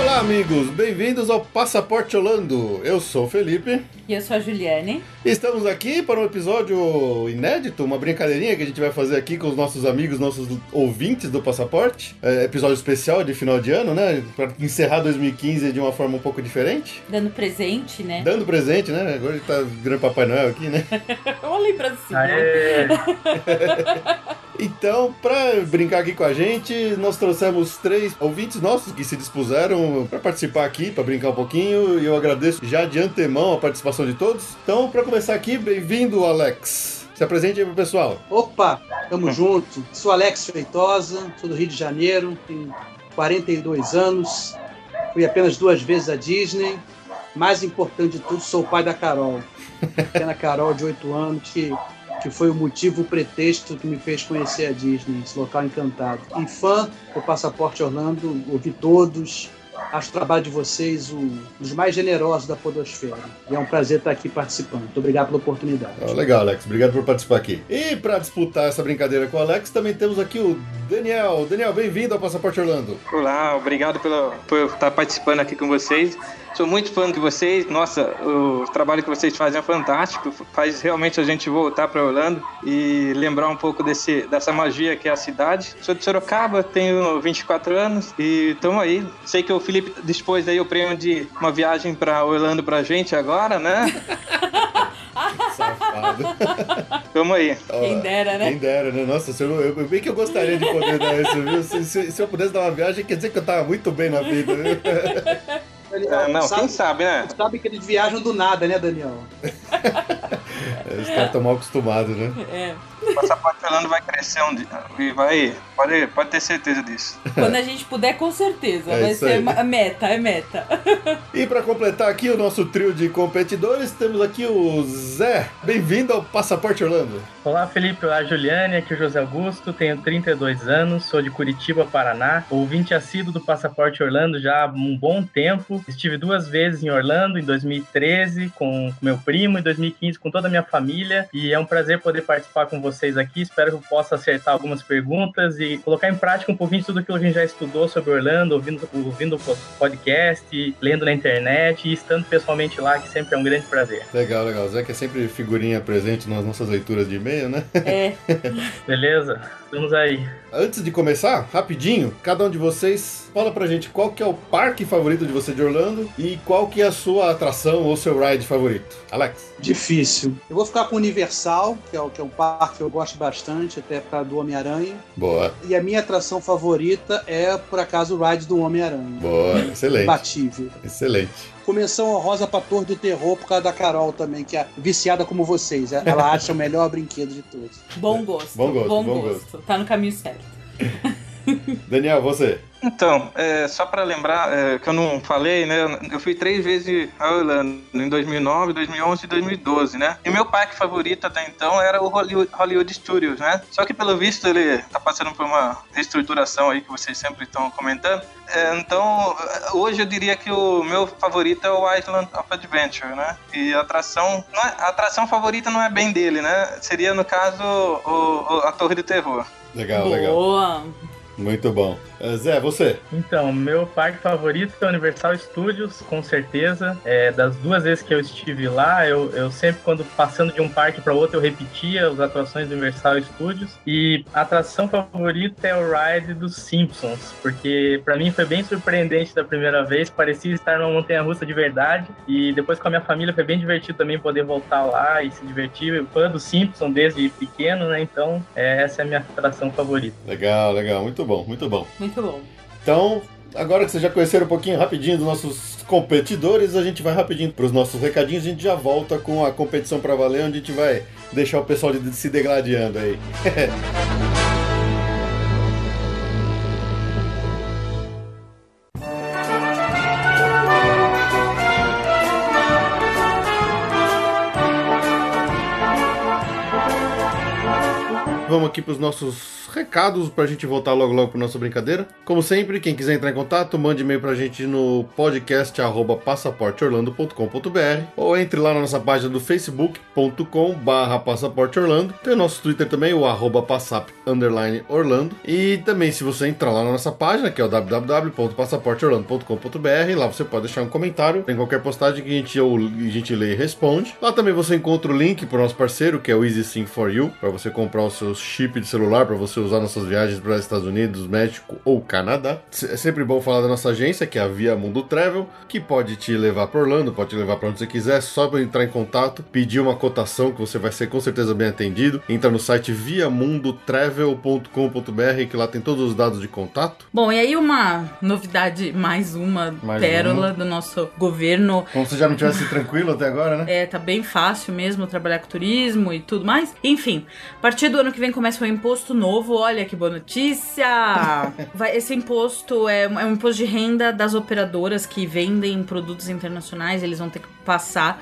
Olá, amigos! Bem-vindos ao Passaporte Orlando. Eu sou o Felipe. E eu sou a Juliane. Estamos aqui para um episódio inédito, uma brincadeirinha que a gente vai fazer aqui com os nossos amigos, nossos ouvintes do Passaporte. É, episódio especial de final de ano, né? Para encerrar 2015 de uma forma um pouco diferente. Dando presente, né? Dando presente, né? Agora ele tá grande Papai Noel aqui, né? Uma lembrancinha. Aê! Então, para brincar aqui com a gente, nós trouxemos três ouvintes nossos que se dispuseram para participar aqui, para brincar um pouquinho, e eu agradeço já de antemão a participação de todos. Então, para começar aqui, bem-vindo, Alex. Se apresente aí pro pessoal. Opa, tamo junto. Sou Alex Feitosa, sou do Rio de Janeiro, tenho 42 anos, fui apenas duas vezes à Disney. Mais importante de tudo, sou o pai da Carol. Pequena Carol, de 8 anos, que, que foi o motivo, o pretexto que me fez conhecer a Disney, esse local encantado. E fã do Passaporte Orlando, ouvi todos. Acho o trabalho de vocês um dos mais generosos da Podosfera. E é um prazer estar aqui participando. Muito obrigado pela oportunidade. Ah, legal, Alex. Obrigado por participar aqui. E para disputar essa brincadeira com o Alex, também temos aqui o Daniel. Daniel, bem-vindo ao Passaporte Orlando. Olá, obrigado pela, por estar participando aqui com vocês. Sou muito fã de vocês. Nossa, o trabalho que vocês fazem é fantástico. Faz realmente a gente voltar para Orlando e lembrar um pouco desse, dessa magia que é a cidade. Sou de Sorocaba, tenho 24 anos e estamos aí. Sei que o Felipe dispôs aí o prêmio de uma viagem para Orlando para gente agora, né? Safado. Tamo aí. Quem dera, né? Quem dera, né? Nossa, se eu, eu- bem que eu gostaria de poder dar isso, viu? Se, se- se eu pudesse dar uma viagem, quer dizer que eu tava muito bem na vida, viu? É, não, quem sabe, sabe, né? sabe que eles viajam do nada, né, Daniel? É, Os caras estão mal acostumados, né? É. O passaporte Orlando vai crescer um dia. E vai. Pode, pode ter certeza disso. Quando a gente puder, com certeza. É Vai isso ser aí. uma meta, é meta. E pra completar aqui o nosso trio de competidores, temos aqui o Zé. Bem-vindo ao Passaporte Orlando. Olá, Felipe. Olá, Juliane. Aqui é o José Augusto. Tenho 32 anos, sou de Curitiba, Paraná. Ouvinte assíduo do Passaporte Orlando já há um bom tempo. Estive duas vezes em Orlando, em 2013 com meu primo, em 2015 com toda a minha família. E é um prazer poder participar com vocês aqui. Espero que eu possa acertar algumas perguntas e colocar em prática um pouquinho de tudo aquilo que a gente já estudou sobre Orlando, ouvindo, ouvindo o podcast, lendo na internet e estando pessoalmente lá, que sempre é um grande prazer. Legal, legal. O Zé que é sempre figurinha presente nas nossas leituras de e-mail, né? É. Beleza? Estamos aí. Antes de começar, rapidinho, cada um de vocês fala pra gente qual que é o parque favorito de você de Orlando e qual que é a sua atração ou seu ride favorito. Alex. Difícil. Eu vou ficar com o Universal, que é, o, que é um parque que eu gosto bastante, até por causa do Homem-Aranha. Boa, E a minha atração favorita é, por acaso, o Ride do Homem-Aranha. boa. Excelente, Imbatível. excelente. Começão honrosa pra Torre do Terror por causa da Carol também, que é viciada como vocês. É, Ela acha o melhor brinquedo de todos. Bom gosto. Bom gosto, Bom bom gosto. Tá no caminho certo. Daniel, você. Então, é, só para lembrar é, que eu não falei, né? Eu fui três vezes a Orlando, em 2009, 2011 e 2012, né? E meu parque favorito até então era o Hollywood, Hollywood Studios, né? Só que pelo visto ele tá passando por uma reestruturação aí que vocês sempre estão comentando. É, então, eh, hoje eu diria que o meu favorito é o Island of Adventure, né? E a atração, não é- a atração favorita não é bem dele, né? Seria no caso o- o- a Torre do Terror. Legal, legal. Boa. Muito bom. Eh, Zé, você. Então, meu parque favorito é o Universal Studios, com certeza. É, das duas vezes que eu estive lá, eu, eu sempre, quando passando de um parque para outro, eu repetia as atrações do Universal Studios. E a atração favorita é o Ride dos Simpsons, porque para mim foi bem surpreendente da primeira vez. Parecia estar numa montanha-russa de verdade. E depois com a minha família foi bem divertido também poder voltar lá e se divertir. Eu fã do Simpsons desde pequeno, né? Então, é, essa é a minha atração favorita. Legal, legal. Muito bom, muito bom. Muito bom. Então, Agora que vocês já conheceram um pouquinho rapidinho dos nossos competidores, a gente vai rapidinho para os nossos recadinhos. A gente já volta com a competição para valer, onde a gente vai deixar o pessoal de- se degladiando aí. Vamos aqui para os nossos recados para a gente voltar logo logo para nossa brincadeira. Como sempre, quem quiser entrar em contato, mande e-mail para a gente no podcast arroba passaporteorlando.com.br ou entre lá na nossa página do facebook.com barra passaporteorlando. Tem o nosso Twitter também, o arroba passap underline orlando. E também se você entrar lá na nossa página, que é o www.passaporteorlando.com.br, lá você pode deixar um comentário em qualquer postagem que a gente, ou, a gente lê e responde. Lá também você encontra o link para o nosso parceiro, que é o Easy Sim for You, para você comprar o seu chip de celular para você usar nas suas viagens para Estados Unidos, México ou Canadá. Se- É sempre bom falar da nossa agência, que é a Via Mundo Travel, que pode te levar para Orlando, pode te levar para onde você quiser, só para entrar em contato, pedir uma cotação que você vai ser com certeza bem atendido. Entra no site viamundotravel.com.br, que lá tem todos os dados de contato. Bom, e aí uma novidade, mais uma Mais pérola do nosso governo Como se já não tivesse tranquilo até agora, né? É, tá bem fácil mesmo trabalhar com turismo e tudo mais. Enfim, a partir do ano que vem começa um imposto novo. Olha que boa notícia! Vai- esse imposto é, um- é um imposto de renda das operadoras que vendem produtos internacionais. Eles vão ter que passar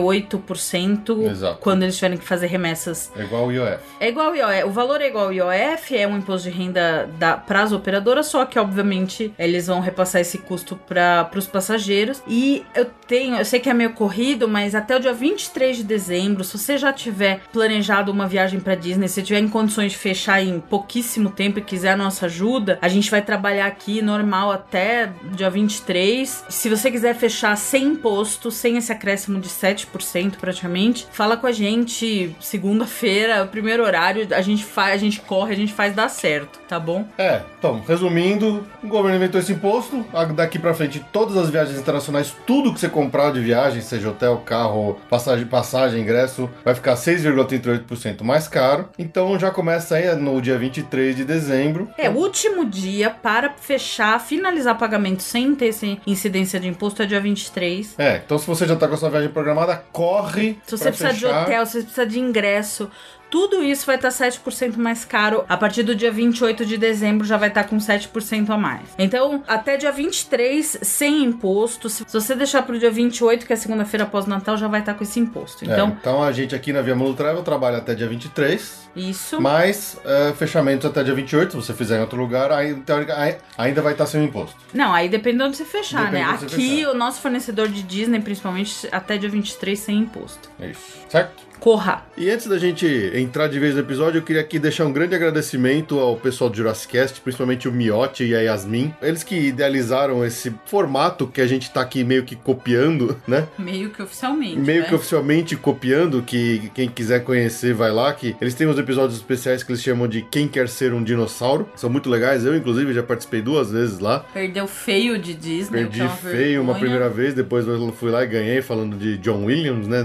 6,38% Exato. quando eles tiverem que fazer remessas É igual o IOF. é igual ao IOF. O valor é igual ao IOF, é um imposto de renda da, pras operadoras, só que, obviamente, eles vão repassar esse custo para os passageiros. E eu tenho, eu sei que é meio corrido, mas até o dia 23 de dezembro, se você já tiver planejado uma viagem para Disney, se tiver em condições de fechar em pouquíssimo tempo e quiser a nossa ajuda, a gente vai trabalhar aqui normal até dia 23. Se você quiser fechar sem imposto, sem esse acréscimo de 7% praticamente, fala com a gente segunda-feira, primeiro horário, a gente faz, a gente corre, a gente faz dar certo, tá bom? É, então, resumindo, o governo inventou esse imposto. a- Daqui pra frente, todas as viagens internacionais, tudo que você comprar de viagem, seja hotel, carro, passagem, passagem, ingresso, vai ficar 6,38% mais caro. Então já começa aí no dia 23 de dezembro. É, o último dia para fechar, finalizar pagamento sem ter esse incidência de imposto é dia 23. É, então se você já tá com a sua viagem programada, corre. Se você pra precisa de fechar. hotel, se você precisa de ingresso, tudo isso vai tá estar 7% mais caro. A partir do dia 28 de dezembro já vai estar com 7% a mais. Então, até dia 23, sem imposto. Se se você deixar pro dia 28, que é segunda-feira após o Natal, já vai estar com esse imposto. É, Então, então a gente aqui na Via Mundo Travel trabalha até dia 23. isso. Mas é, fechamentos até dia 28, se você fizer em outro lugar, aí, teórica, aí- ainda vai estar sem o imposto. Não, aí depende de onde você fechar, Depende né? de onde você Aqui, fechar. o nosso fornecedor de Disney, principalmente, até dia 23, sem imposto. É isso. Certo? Corra! E antes da gente entrar de vez no episódio, eu queria aqui deixar um grande agradecimento ao pessoal do Jurassicast, principalmente o Miotti e a Yasmin. Eles que idealizaram esse formato que a gente tá aqui meio que copiando, né? Meio que oficialmente. Meio né? que oficialmente copiando, que quem quiser conhecer vai lá, que eles têm uns episódios especiais que eles chamam de Quem Quer Ser um Dinossauro. São muito legais, eu inclusive já participei duas vezes lá. Perdeu feio de Disney. Perdi que é uma feio uma vergonha. primeira vez, depois eu fui lá e ganhei falando de John Williams, né?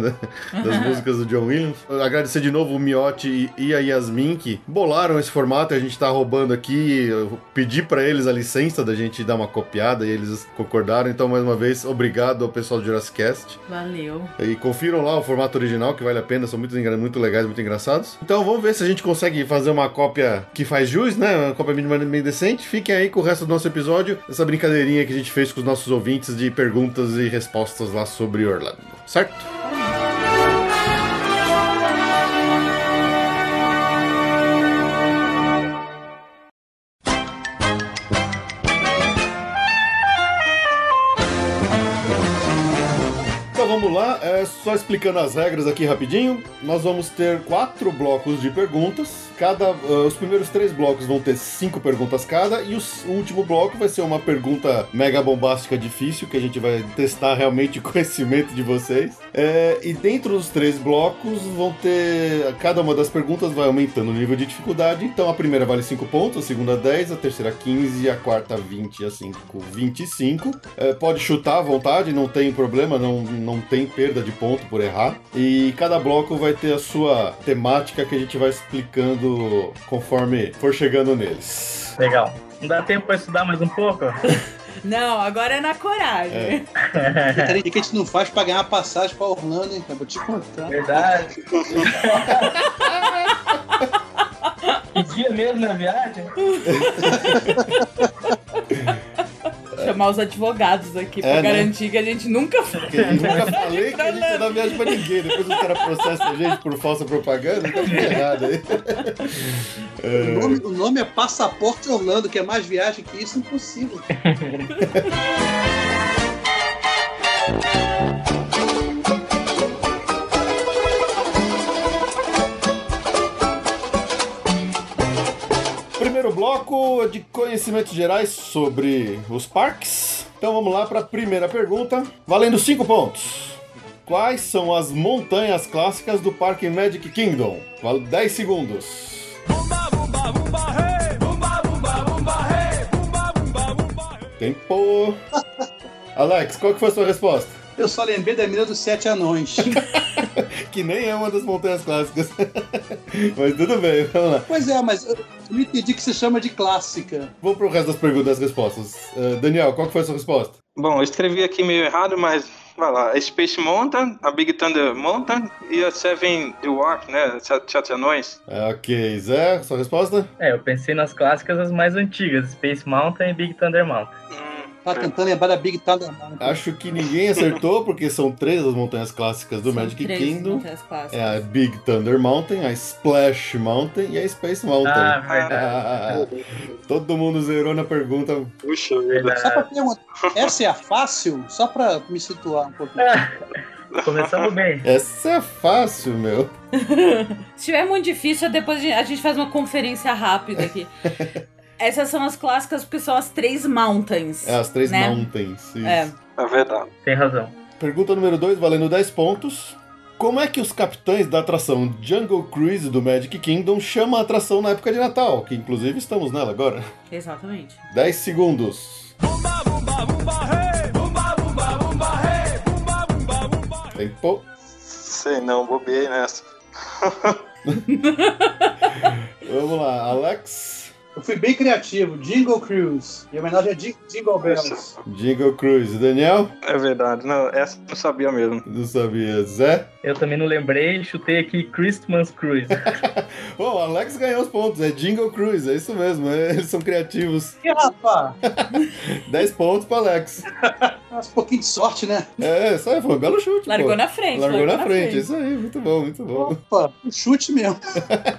Das músicas do John Williams. Eu Agradecer de novo o Miotti e e a Yasmin que bolaram esse formato, e a gente tá roubando aqui. Eu pedi pra eles a licença da gente dar uma copiada e eles concordaram. Então, mais uma vez, obrigado ao pessoal do Jurassicast. Valeu. E confiram lá o formato original, que vale a pena, são muito, engra- muito legais, muito engraçados. Então vamos ver se a gente consegue fazer uma cópia que faz jus, né? Uma cópia mínima meio decente. Fiquem aí com o resto do nosso episódio, essa brincadeirinha que a gente fez com os nossos ouvintes de perguntas e respostas lá sobre Orlando, certo? Então vamos lá, é, só explicando as regras aqui rapidinho. Nós vamos ter quatro blocos de perguntas. Cada, ah, os primeiros três blocos vão ter cinco perguntas cada e o s- o último bloco vai ser uma pergunta mega bombástica difícil que a gente vai testar realmente o conhecimento de vocês. É, e dentro dos três blocos vão ter cada uma das perguntas vai aumentando o nível de dificuldade. Então a primeira vale 5 pontos, a segunda 10, a terceira 15, a quarta 20 e a 5 25. É, pode chutar à vontade, não tem problema, não, não não tem perda de ponto por errar. E cada bloco vai ter a sua temática que a gente vai explicando conforme for chegando neles. Legal. Não dá tempo pra estudar mais um pouco? Não, agora é na coragem. Cara, O que a gente não faz pra ganhar uma passagem pra Orlando, hein? cara? Vou te contar. É. Verdade. que dia mesmo na viagem? Chamar os advogados aqui pra É, né? É garantir que a gente nunca faz. Porque eu nunca falei que a gente ia dar viagem pra ninguém. Depois os caras processam a gente por falsa propaganda, não tá tudo errado aí. O nome, o nome é Passaporte Orlando, que é mais viagem que isso, impossível. Primeiro bloco é de conhecimentos gerais sobre os parques. Então vamos lá para a primeira pergunta, valendo 5 pontos. Quais são as montanhas clássicas do Parque Magic Kingdom? Vale 10 segundos. Tempo. Alex, qual que foi a sua resposta? Eu só lembrei da menina dos sete anões. Que nem é uma das montanhas clássicas. Mas tudo bem, vamos lá. pois é, mas eu não entendi que se chama de clássica. Vamos pro resto das perguntas e respostas. Eh, Daniel, qual que foi a sua resposta? Bom, eu escrevi aqui meio errado, mas vai lá. A Space Mountain, a Big Thunder Mountain e a Seven Dwarf, né? Sete Sete Anões. Eh, Ok, Zé, sua resposta? É, eu pensei nas clássicas as mais antigas, Space Mountain e Big Thunder Mountain. Hum, Tá tentando lembrar da Big Thunder Mountain. Acho que ninguém acertou, porque são três as montanhas clássicas do Magic Três Kingdom. montanhas clássicas. É a Big Thunder Mountain, a Splash Mountain e a Space Mountain. Ah, verdade. Ah, todo mundo zerou na pergunta. Puxa vida. Só pra verdade. perguntar, essa é a fácil? Só pra me situar um pouquinho. Começamos bem. Essa é fácil, meu. Se tiver muito difícil, depois a gente- a gente faz uma conferência rápida aqui. Essas são as clássicas porque são as três mountains. É as três Né? mountains. isso. É. É verdade. Tem razão. Pergunta número 2, valendo 10 pontos. Como é que os capitães da atração Jungle Cruise do Magic Kingdom chamam a atração na época de Natal? Que inclusive estamos nela agora. Exatamente. 10 segundos. Tempo. Sei não, bobeei nessa. Vamos lá, Alex. Eu fui bem criativo. Jingle Cruise. Em homenagem a Jing- Jingle Bells. Jingle Cruise. Daniel? É verdade. Não, essa eu não sabia mesmo. Não sabia. Zé? Eu também não lembrei, chutei aqui Christmas Cruise. Bom, o Alex ganhou os pontos. É Jingle Cruise, é isso mesmo. é, eles são criativos. E, rapaz, 10 pontos pra Alex. faz um pouquinho de sorte, né? É, sabe? Foi um belo chute. Largou pô. na frente. Largou na frente. Isso aí, muito bom, muito bom. Opa, um chute mesmo.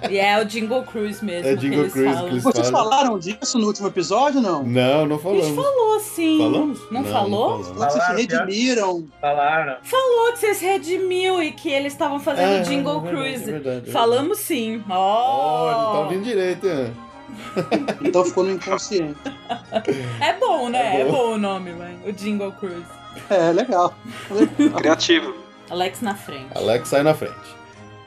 E é o Jingle Cruise mesmo. É que Jingle eles Cruise falam. que eles- Fala. Vocês Hum. falaram disso no último episódio ou não? Não, não A gente falamos. falou sim. Falamos? Não, falou? falamos. Vocês se Falaram, pior. redimiram. Falaram. Falou que vocês redimiu é e que eles estavam fazendo É, Jingle é verdade, Cruise. é verdade, é Falamos sim. Olha, Ó. tá ouvindo direito, hein? Então ficou no inconsciente. É bom, né? É É bom. bom, o nome, mano. O Jingle Cruise. É, legal. Criativo. Alex na frente. Alex sai na frente.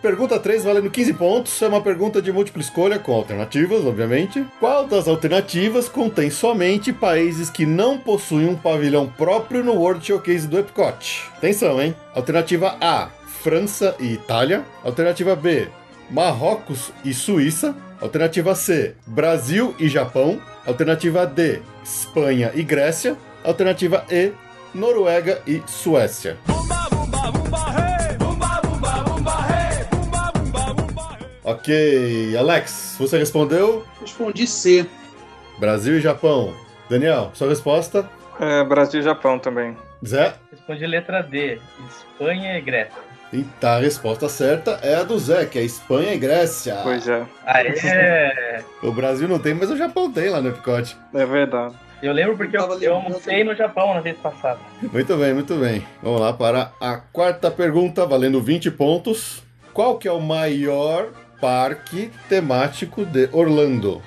Pergunta 3, valendo 15 pontos, é uma pergunta de múltipla escolha com alternativas, obviamente. Qual das alternativas contém somente países que não possuem um pavilhão próprio no World Showcase do Epcot? Atenção, hein? Alternativa A: França e Itália. Alternativa B: Marrocos e Suíça. Alternativa C: Brasil e Japão. Alternativa D: Espanha e Grécia. Alternativa E: Noruega e Suécia. Ok, Alex, você respondeu Respondi C. Brasil e Japão. Daniel, sua resposta? É, Brasil e Japão também. Zé? Respondi letra D, Espanha e Grécia. Eita, a resposta certa é a do Zé, que é Espanha e Grécia. Pois é. Aê! O Brasil não tem, mas o Japão tem lá no Epicote. É verdade. Eu lembro porque eu, Tava eu lembrando. almocei no Japão na vez passada. Muito bem, muito bem. Vamos lá para a quarta pergunta, valendo 20 pontos. Qual que é o maior parque temático de Orlando?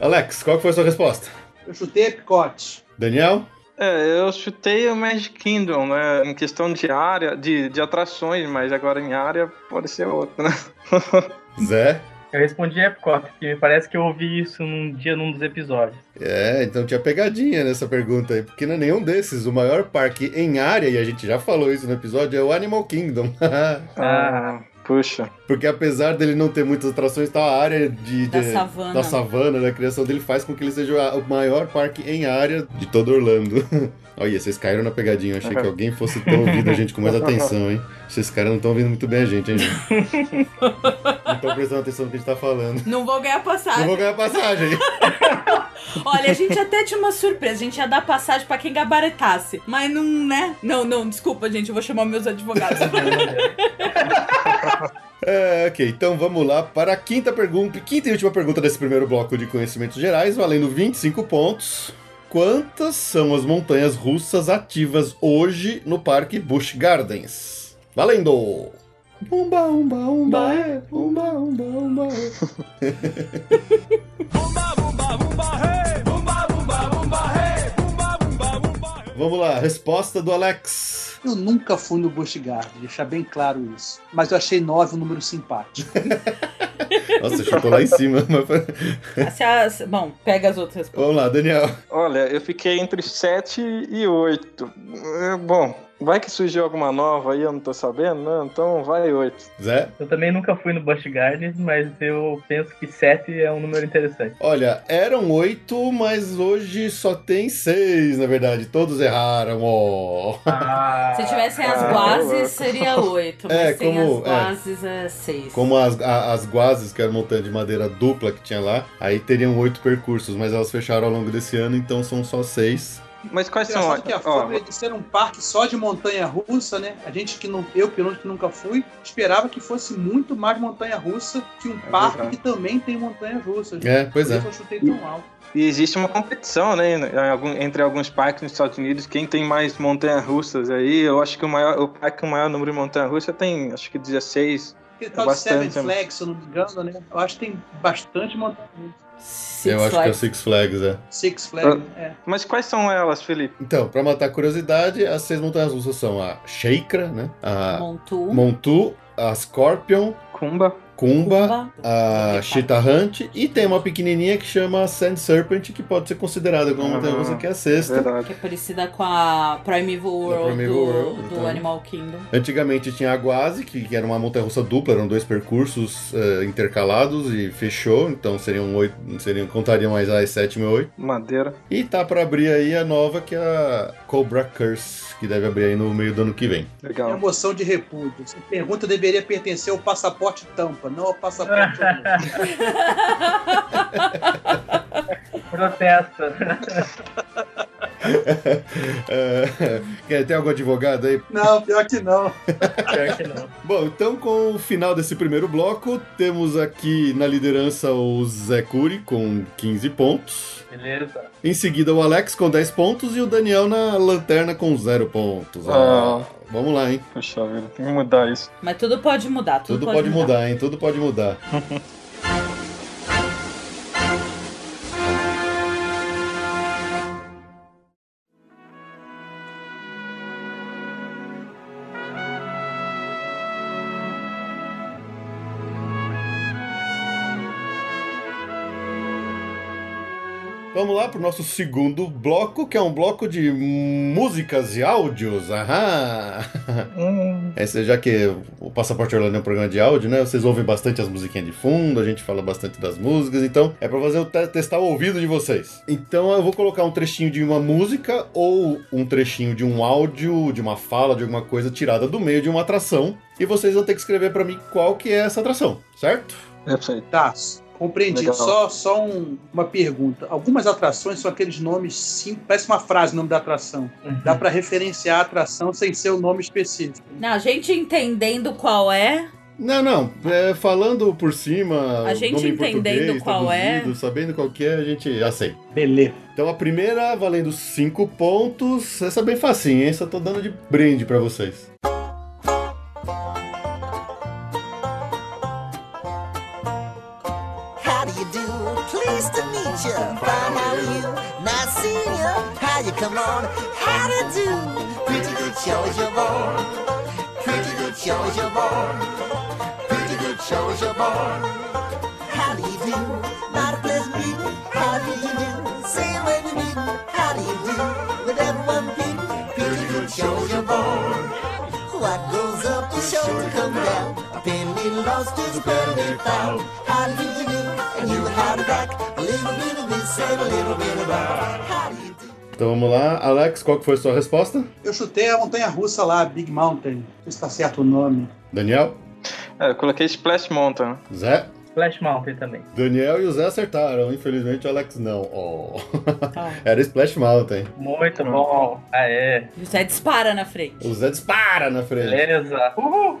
Alex, qual que foi a sua resposta? Eu chutei Epcot. Daniel? É, eu chutei o Magic Kingdom, né? Em questão de área, de, de atrações, mas agora em área pode ser outro, né? Zé? Eu respondi Epcot, porque me parece que eu ouvi isso num dia num dos episódios. É, então tinha pegadinha nessa pergunta aí, porque não é nenhum desses. O maior parque em área, e a gente já falou isso no episódio, é o Animal Kingdom. Ah, puxa. Porque apesar dele não ter muitas atrações, tal a área de, Da de- savana. da savana, da criação dele, faz com que ele seja a- o maior parque em área de todo Orlando. Olha, vocês caíram na pegadinha. Eu achei que alguém fosse ter ouvido a gente com mais atenção, hein? Esses caras não estão ouvindo muito bem a gente, hein, gente? não estão prestando atenção no que a gente tá falando. Não vou ganhar Não passagem. vou ganhar passagem. Olha, a gente até tinha uma surpresa. A gente ia dar passagem pra quem gabaritasse. Mas não, né? Não, não, desculpa, gente. Eu vou chamar meus advogados. É, ok, então vamos lá para a quinta pergunta, quinta e última pergunta desse primeiro bloco de conhecimentos gerais, valendo 25 pontos. Quantas são as montanhas russas ativas hoje no Parque Busch Gardens? Valendo! Umba, umba, umba, é. Umba, umba, umba, é. Vamos lá, resposta do Alex. Eu nunca fui no Busch Garden, deixar bem claro isso. Mas eu achei nove um número simpático. Nossa, chutou lá em cima. mas foi- Se as- Bom, pega as outras. Vamos lá, Daniel. Olha, eu fiquei entre 7 e 8. É, Bom, vai que surgiu alguma nova aí, eu não tô sabendo, né? Então vai 8. Zé? Eu também nunca fui no Busch Gardens, mas eu penso que 7 é um número interessante. Olha, eram oito, mas hoje só tem seis, na verdade. Todos erraram, ó. Ah, Se tivessem as Ah, bases, louco. seria oito. Mas É, sem como- as é. bases, é seis. Como as, a- as guases, que era uma montanha de madeira dupla que tinha lá, aí teriam oito percursos, mas elas fecharam ao longo desse ano, então são só seis. Mas quais são? Engraçado que é a Então, ó, fama de ser um parque só de montanha russa, né? A gente que não, eu pelo menos que nunca fui, esperava que fosse muito mais montanha russa que um parque É verdade. que também tem montanha russa. É, pois é. Eu chutei tão alto. E existe uma competição, né, em algum- entre alguns parques nos Estados Unidos, quem tem mais montanhas-russas aí, eu acho que o, maior, o parque com o maior número de montanhas-russas tem, acho que 16. Aquele tal de Seven bastante, né? Flags, se eu não me engano, né? Eu acho que tem bastante montanha russa. Six Eu acho que é o Flags. Six Flags, é. Six Ah, Flags, é. Mas quais são elas, Felipe? Então, pra matar a curiosidade, as seis montanhas russas são a Sheikra, né? A Montu. Montu, a Scorpion, Cumba? Kumba, Cuba. é a Cheetah Hunt e tem uma pequenininha que chama Sand Serpent, que pode ser considerada como uma montanha russa, que é a sexta. Verdade. Que é parecida com a Primeval World Primeval do, World, do então. Animal Kingdom. Antigamente tinha a Guazi, que, que era uma montanha-russa dupla, eram dois percursos eh, intercalados e fechou, então seriam oito, seriam, contariam mais as sete e oito. Madeira. E tá pra abrir aí a nova, que é a Cobra Curse, que deve abrir aí no meio do ano que vem. É Legal. emoção de repúdio. Essa pergunta deveria pertencer ao passaporte tampa, não ao passaporte olímpico. protesto. Eh, quer ter algum advogado aí? Não, pior que não. Pior que não. Bom, então com o final desse primeiro bloco, temos aqui na liderança o Zé Cury com 15 pontos. Beleza. Em seguida, o Alex com 10 pontos e o Daniel na lanterna com 0 pontos. Ah, Vamos lá, hein? Puxa vida, tem que mudar isso. Mas tudo pode mudar. Tudo, Tudo, pode mudar. hein? Tudo pode mudar. Vamos lá para o nosso segundo bloco, que é um bloco de músicas e áudios. Aham! Hum, É, cê- já que o Passaporte Orlando é um programa de áudio, né? Vocês ouvem bastante as musiquinhas de fundo, a gente fala bastante das músicas, então é pra fazer eu te- testar o ouvido de vocês. Então eu vou colocar um trechinho de uma música ou um trechinho de um áudio, de uma fala, de alguma coisa tirada do meio de uma atração, e vocês vão ter que escrever pra mim qual que é essa atração, certo? perfeito. Tá, compreendi. Legal. Só, só um- uma pergunta. Algumas atrações são aqueles nomes simples. Parece uma frase o nome da atração. Dá para referenciar a atração sem ser o nome específico. Não, a gente entendendo qual é, Não, não, é, falando por cima, A gente nome em entendendo português, qual é. traduzido, sabendo qual que é, a gente aceita. Beleza. Então a primeira valendo 5 pontos. Essa é bem facinha, hein? Essa eu tô dando de brinde pra vocês. How do you do? Pleased to meet you. Fine, how are you? Nice seeing you. How you come on? How to do? Pretty good show as you're born. Pretty good show as you're born. Pretty good show as you're born. do? Not a pleasant greeting. How do you do? Say when you meet. How do you do? With everyone beat. Pretty good shows you're born. What goes up is sure to come down. A penny lost is barely found. How do you do? And you how to back. A little bit of this and a little bit of that. How do you do? Então vamos lá, Alex, qual que foi a sua resposta? Eu chutei a montanha russa lá, Big Mountain. Não sei se tá certo o nome. Daniel? É, eu coloquei Splash Mountain. Zé? Splash Mountain também. Daniel e o Zé acertaram, infelizmente o Alex não. Oh. Tá. Era Splash Mountain. Muito bom. Aê. O Zé dispara na frente. O Zé dispara na frente. Beleza. Uhul.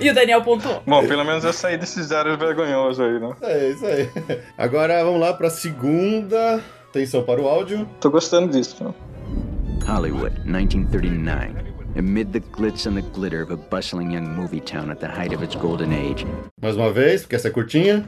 E o Daniel pontuou. Bom, pelo menos eu saí desses zero vergonhoso aí, né? É isso aí. Agora vamos lá para a segunda. Atenção para o áudio. Tô gostando disso. né? Hollywood, 1939. Amid the glitz and the glitter of a bustling young movie town at the height of its golden age, Mais uma vez, porque essa é curtinha.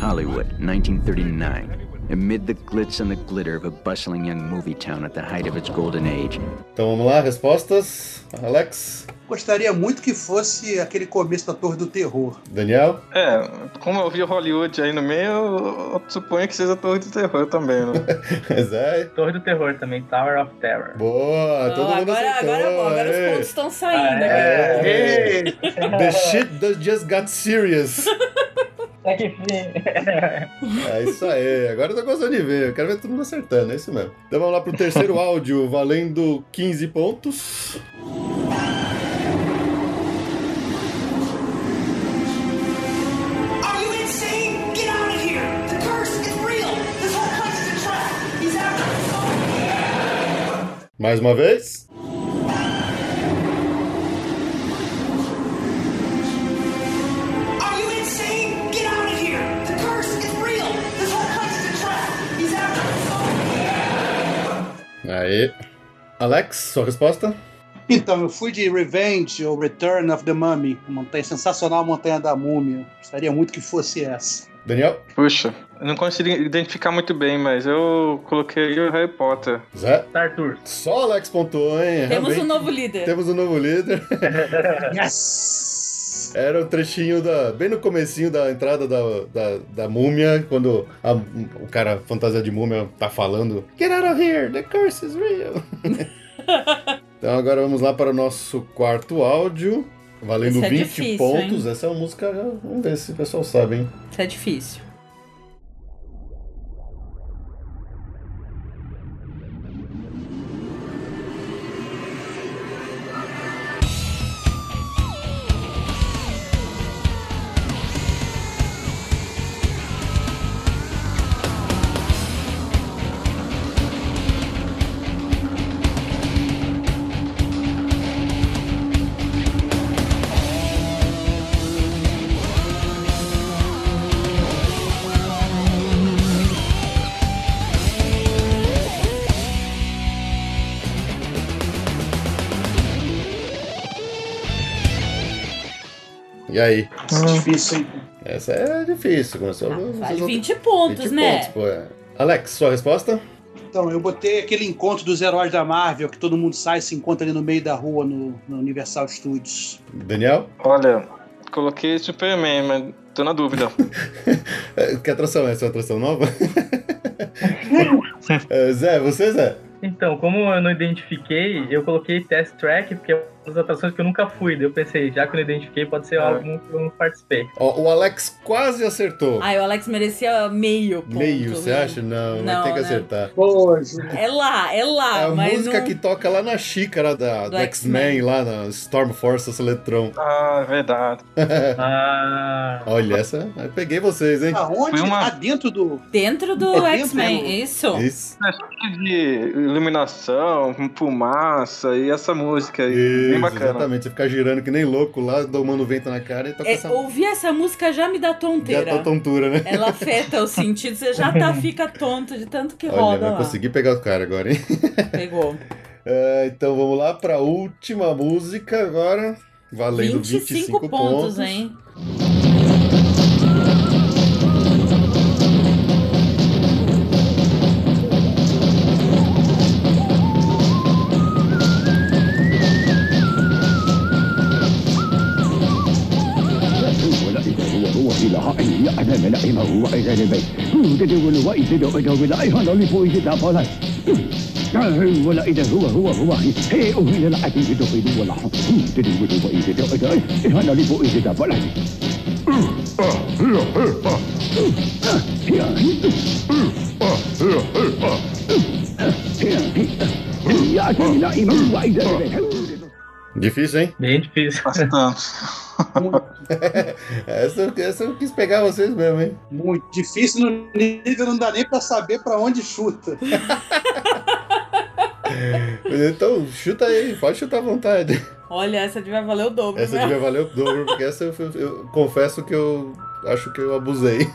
Hollywood, 1939. Amid the glitz and the glitter of a bustling young movie town at the height of its golden age, Então vamos lá, respostas. Alex, Gostaria muito que fosse aquele começo da Torre do Terror. Daniel. É, como eu vi Hollywood aí no meio, eu, eu suponho que seja Torre do Terror também, né? Zé. Torre do Terror também, Tower of Terror. Boa, Tá todo Não, mundo agora, acertou. agora é bom, agora os aê. pontos estão saindo. né? Aê. aqui. Aê. The shit that just got serious. Até que fim. É isso aí, agora eu tô gostando de ver. Eu quero ver todo mundo acertando, é isso mesmo. Então vamos lá pro terceiro áudio, valendo 15 pontos. Are you insane? Get out of here! The curse is real! This whole place is a trap! He's after us! Mais uma vez. Are you insane? Get out of here! The curse is real! This whole place is a trap! He's after us! Aí. Alex, sua resposta? Então, eu fui de Revenge ou Return of the Mummy, uma montanha sensacional, Montanha da Múmia. Gostaria muito que fosse essa. Daniel? Puxa, eu não consegui identificar muito bem, mas eu coloquei o Harry Potter. Zé? Tartur. Só Alex pontuou, hein? Temos É, Realmente, um novo líder. Temos um novo líder. Yes! Era o trechinho da. bem no comecinho da entrada da, da, da múmia, quando a- o cara fantasia de múmia tá falando. Get out of here, the curse is real. então agora vamos lá para o nosso quarto áudio. Valendo Esse é 20 difícil, pontos. Essa é uma música. Vamos ver se o pessoal sabe, hein? Isso é difícil. E aí? Difícil, hein? Essa é difícil. Começou Ah, vocês vale vão- 20 pontos, 20 né? pontos, pô, é. Alex, sua resposta? Então, eu botei aquele encontro dos heróis da Marvel, que todo mundo sai e se encontra ali no meio da rua, no, no Universal Studios. Daniel? Olha, coloquei Superman, mas tô na dúvida. É, Que atração é essa? É uma atração nova? É, Zé, você, Zé? Então, como eu não identifiquei, eu coloquei Test Track, porque é uma das atrações que eu nunca fui. Daí eu pensei, já que eu não identifiquei, pode ser É. algo que eu não participei. Ó, o Alex quase acertou. Ah, o Alex merecia meio ponto. Meio, né? você acha? Não, vai Não, ter que né? acertar. Pois, É lá, é lá. É a mas música não... que toca lá na xícara da, Do do X-Men, X-Men. lá na Storm Force Electron. ah, verdade. Ah, Olha, essa. Eu peguei vocês, hein? aonde? Foi uma- Tá dentro do... Dentro do É dentro, né? X-Men, isso. Isso. De iluminação, fumaça e essa música aí. bem Isso, bacana. exatamente. Você fica girando que nem louco lá, domando vento na cara e toca É, essa. ouvir essa música já me dá Já tonteira. tá tontura, né? Ela afeta os sentidos, você já tá, fica tonto de tanto que Olha, é roda vai lá. conseguir pegar o cara agora, hein? Pegou. É, então vamos lá pra última música agora. Valendo 25, 25, pontos, hein? Hollywood, Difícil, hein? Bem difícil. Bastante. Essa, essa eu quis pegar vocês mesmo, hein? Muito difícil no nível, não dá nem pra saber pra onde chuta. Então, chuta aí, pode chutar à vontade. Olha, essa vai valer o dobro, Essa né? devia valer o dobro, porque essa eu, eu- eu confesso que eu acho que eu abusei.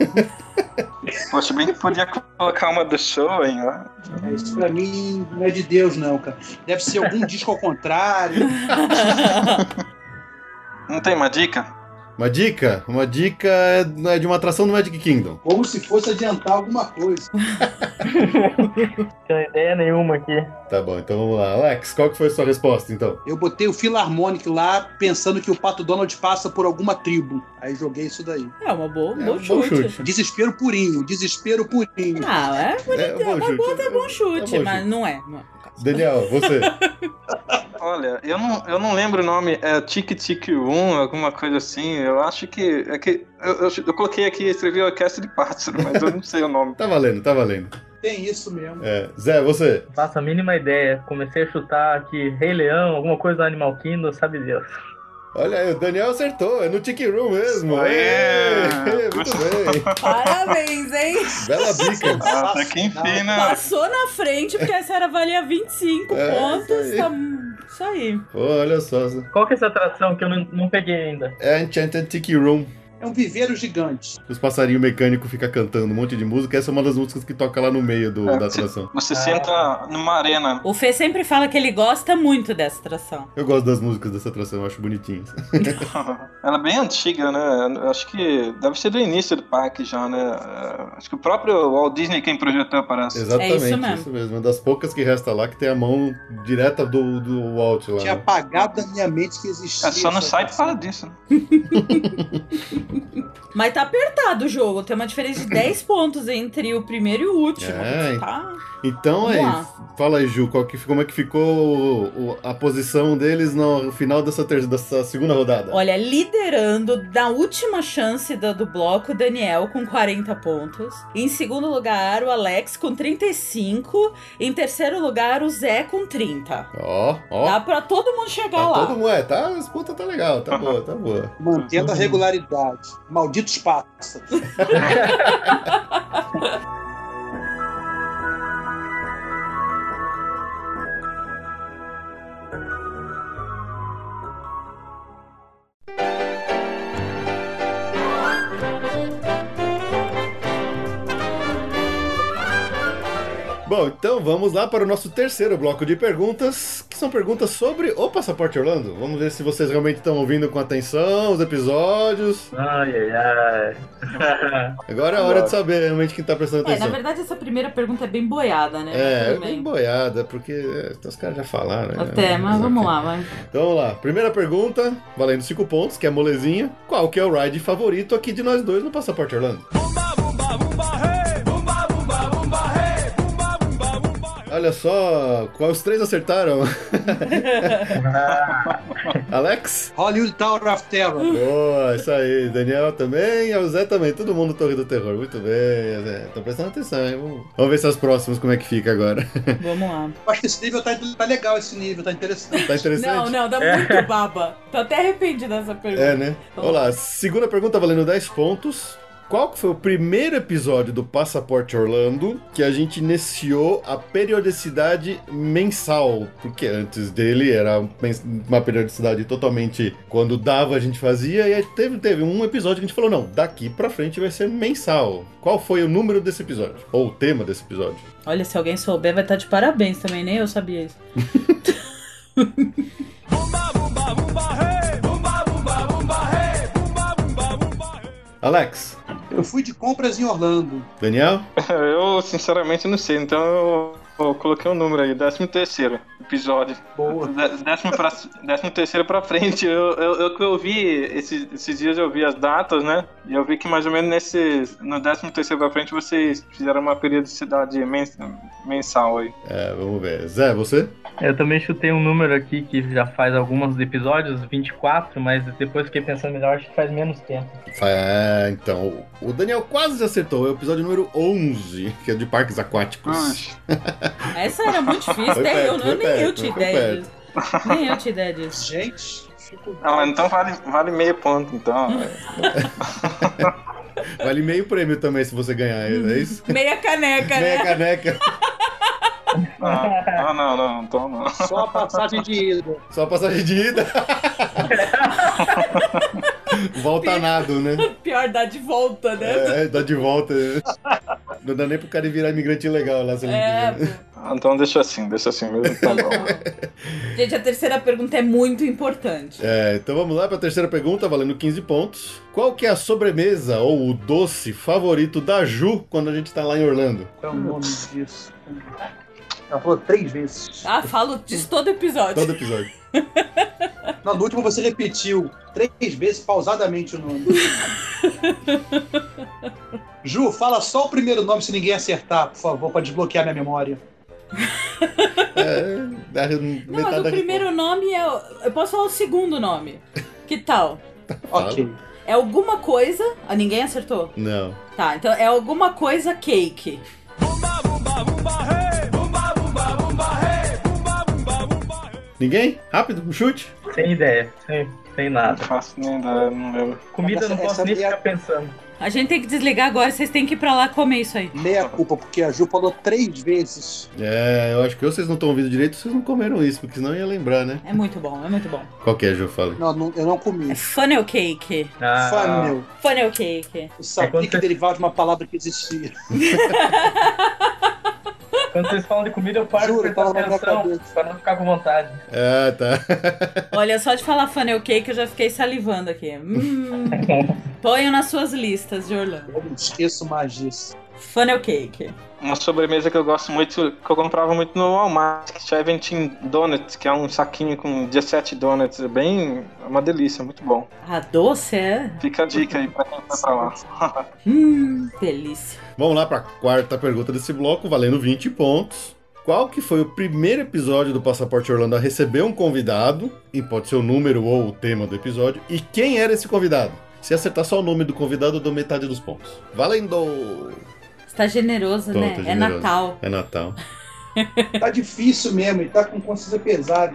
Poxa, bem que podia colocar uma do show, hein? ó. É, Isso pra mim não é de Deus, não, cara. Deve ser algum disco ao contrário. Não tem uma dica? Uma dica? Uma dica é é de uma atração do Magic Kingdom. Como se fosse adiantar alguma coisa. Não tenho ideia nenhuma aqui. Tá bom, então vamos lá. Alex, qual que foi a sua resposta, então? Eu botei o Philharmonic lá, pensando que o Pato Donald passa por alguma tribo. Aí joguei isso daí. É uma boa, um É, bom, um chute. Desespero purinho, desespero purinho. Ah, é, É, é uma boa, é bom chute, É bom mas chute. não é. não é. Daniel, você. Olha, eu não, eu não lembro o nome, é Tic Tic 1, alguma coisa assim. Eu acho que. É que eu, eu, eu coloquei aqui, escrevi orquestra de pássaro, mas eu não sei o nome. Tá valendo, tá valendo. Tem isso mesmo. É, Zé, você. Não faço a mínima ideia. Comecei a chutar aqui Rei Leão, alguma coisa do Animal Kingdom, sabe Deus. Olha aí, o Daniel acertou, é no Tiki Room mesmo. Aê! Aê, Muito bem. Parabéns, hein? Bela dica. Ah, até que enfim, né? Passou na frente, porque essa era valia 25 É, pontos. isso aí. Tá... Isso aí. Pô, olha só. Zé. Qual que é essa atração que eu não, não peguei ainda? É Enchanted Tiki Room. É um viveiro gigante. Os passarinhos mecânicos ficam cantando um monte de música. Essa é uma das músicas que toca lá no meio do, É, da sim. atração. Você senta numa arena. O Fê sempre fala que ele gosta muito dessa atração. Eu gosto das músicas dessa atração, eu acho bonitinhas. Ela é bem antiga, né? Eu Acho que deve ser do início do parque já, né? É, Acho que o próprio Walt Disney quem projetou, parece. Exatamente, isso isso mesmo. mesmo. Uma das poucas que resta lá que tem a mão direta do, do Walt lá. Tinha né? apagado da minha mente que existia. É só no essa site atração. fala disso. né? Mas tá apertado o jogo. Tem uma diferença de 10 pontos entre o primeiro e o último. É, Tá? Então Vamos é lá. isso. Fala aí, Ju, qual que, como é que ficou o- o- a posição deles no final dessa, ter- dessa segunda rodada? Olha, liderando da última chance do, do bloco, o Daniel com 40 pontos. Em segundo lugar, o Alex com 35. Em terceiro lugar, o Zé com 30. Ó, ó. Dá pra todo mundo chegar Tá Tá lá. todo mundo, é, tá, a disputa tá legal, tá boa, tá boa. Mantendo a regularidade. Malditos pássaros. Bom, então vamos lá para o nosso terceiro bloco de perguntas, que são perguntas sobre o Passaporte Orlando. Vamos ver se vocês realmente estão ouvindo com atenção os episódios. Ai, ai, ai. Agora é a hora de saber realmente quem tá prestando É, atenção. na verdade, essa primeira pergunta é bem boiada, né? É, é Tudo bem. bem boiada, porque é, os caras já falaram. né? Até, mas vamos ok. lá, vai. Então vamos lá. Primeira pergunta, valendo 5 pontos, que é molezinha. Qual que é o ride favorito aqui de nós dois no Passaporte Orlando? Olha só, qual os três acertaram? Alex? Hollywood Tower of Terror. Boa, isso aí. Daniel também, e o Zé também. Todo mundo Torre do Terror. Muito bem, Zé. Tô prestando atenção, hein? Vamos- Vamos ver se as próximas como é que fica agora. Vamos lá. Eu Acho que esse nível tá, tá legal, esse nível, tá interessante. Tá interessante? Não, não, dá muito baba. Tô até arrependida dessa pergunta. É, né? Vamos lá, segunda pergunta valendo 10 pontos. Qual que foi o primeiro episódio do Passaporte Orlando que a gente iniciou a periodicidade mensal? Porque antes dele era mens- uma periodicidade totalmente quando dava a gente fazia, e aí teve, teve um episódio que a gente falou: não, daqui pra frente vai ser mensal. Qual foi o número desse episódio? Ou o tema desse episódio? Olha, se alguém souber, vai estar de parabéns também, nem eu sabia isso. Alex, Eu fui de compras em Orlando. Daniel? Eu, sinceramente, não sei, então eu Pô, eu coloquei um número aí, 13 terceiro episódio. Boa. Dé- Décimo, pra, décimo terceiro pra frente. Eu, eu, eu, que eu vi, esses, esses dias eu vi as datas, né? E eu vi que mais ou menos nesse, no décimo terceiro pra frente vocês fizeram uma periodicidade mens, mensal aí. É, vamos ver. Zé, você? Eu também chutei um número aqui que já faz alguns episódios, 24, mas depois fiquei pensando melhor, acho que faz menos tempo. É, então. O Daniel quase acertou. É o episódio número 11, que é de parques aquáticos. Ah, Essa era muito difícil, Foi nem perto, eu, foi nem eu perto, tinha foi ideia disso. Nem eu tinha ideia disso. Gente, fico- Ah, mas então vale, vale meio ponto, então. Vale meio prêmio também se você ganhar, é isso? Meia caneca, Meia né? caneca. Ah, não, não, não, então não. só a passagem de ida. Só passagem de ida. Volta nado, né? Pior dar de volta, né? É, dá de volta. Não dá nem pro cara virar imigrante legal lá, se ele É, quiser. pô. Ah, Então deixa assim, deixa assim mesmo, tá bom. Gente, a terceira pergunta é muito importante. É, então vamos lá para a terceira pergunta, valendo 15 pontos. Qual que é a sobremesa ou o doce favorito da Ju quando a gente tá lá em Orlando? Qual é o nome disso? Ela falou três vezes. Ah, falo disso todo episódio. Todo episódio. Não, no último você repetiu três vezes pausadamente o nome. Ju, fala só o primeiro nome se ninguém acertar, por favor, pra desbloquear minha memória. É, da- Não, mas o da- primeiro nome é. o- Eu posso falar o segundo nome. Que tal? Ok. É alguma coisa. Ah, ninguém acertou? Não. Tá, então é alguma coisa cake. Ninguém? Rápido, um chute? Sem ideia, sem, sem nada. Não faço nem ideia, não lembro. Comida eu não Essa- posso essa nem minha- ficar pensando. A gente tem que desligar agora, vocês têm que ir pra lá comer isso aí. Meia culpa, porque a Ju falou três vezes. É, eu acho que ou vocês não estão ouvindo direito, vocês não comeram isso, porque senão ia lembrar, né? É muito bom, é muito bom. Qual que é, Ju? Fala. aí. Não, não- eu não comi. É funnel cake. Ah, Funnel. Funnel cake. Eu sabia que Acontece- derivava de uma palavra que existia. Quando vocês falam de comida, eu paro Juro, pra prestar tava na minha atenção, cabeça. pra não ficar com vontade. Ah, tá. Olha, só de falar funnel cake eu já fiquei salivando aqui. Hum. Ponham nas suas listas de Orlando. Eu não esqueço mais disso. Funnel cake. Uma sobremesa que eu gosto muito, que eu comprava muito no Walmart, que é Seventeen Donuts, que é um saquinho com 17 donuts. É bem. É uma delícia, muito bom. A doce é. Fica a dica aí pra quem vai pra lá. Hum, delícia. Vamos lá para a quarta pergunta desse bloco, valendo 20 pontos. Qual que foi o primeiro episódio do Passaporte Orlando a receber um convidado, e pode ser o número ou o tema do episódio, e quem era esse convidado? Se acertar só o nome do convidado, eu dou metade dos pontos. Valendo! Você tá generoso, Tô, né? tô É generoso. Natal. É Natal. Tá difícil mesmo, ele tá com consciência pesada.